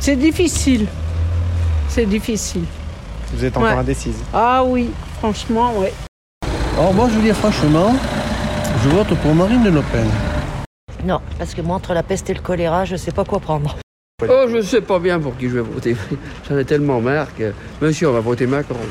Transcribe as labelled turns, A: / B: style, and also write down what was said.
A: C'est difficile. C'est difficile.
B: Vous êtes encore
A: Ouais.
B: indécise.
A: Ah oui, franchement, ouais.
C: Alors moi, je vous dis franchement, je vote pour Marine Le Pen.
D: Non, parce que moi, entre la peste et le choléra, je sais pas quoi prendre.
E: Oh, je sais pas bien pour qui je vais voter. J'en ai tellement marre que. Monsieur, on va voter Macron.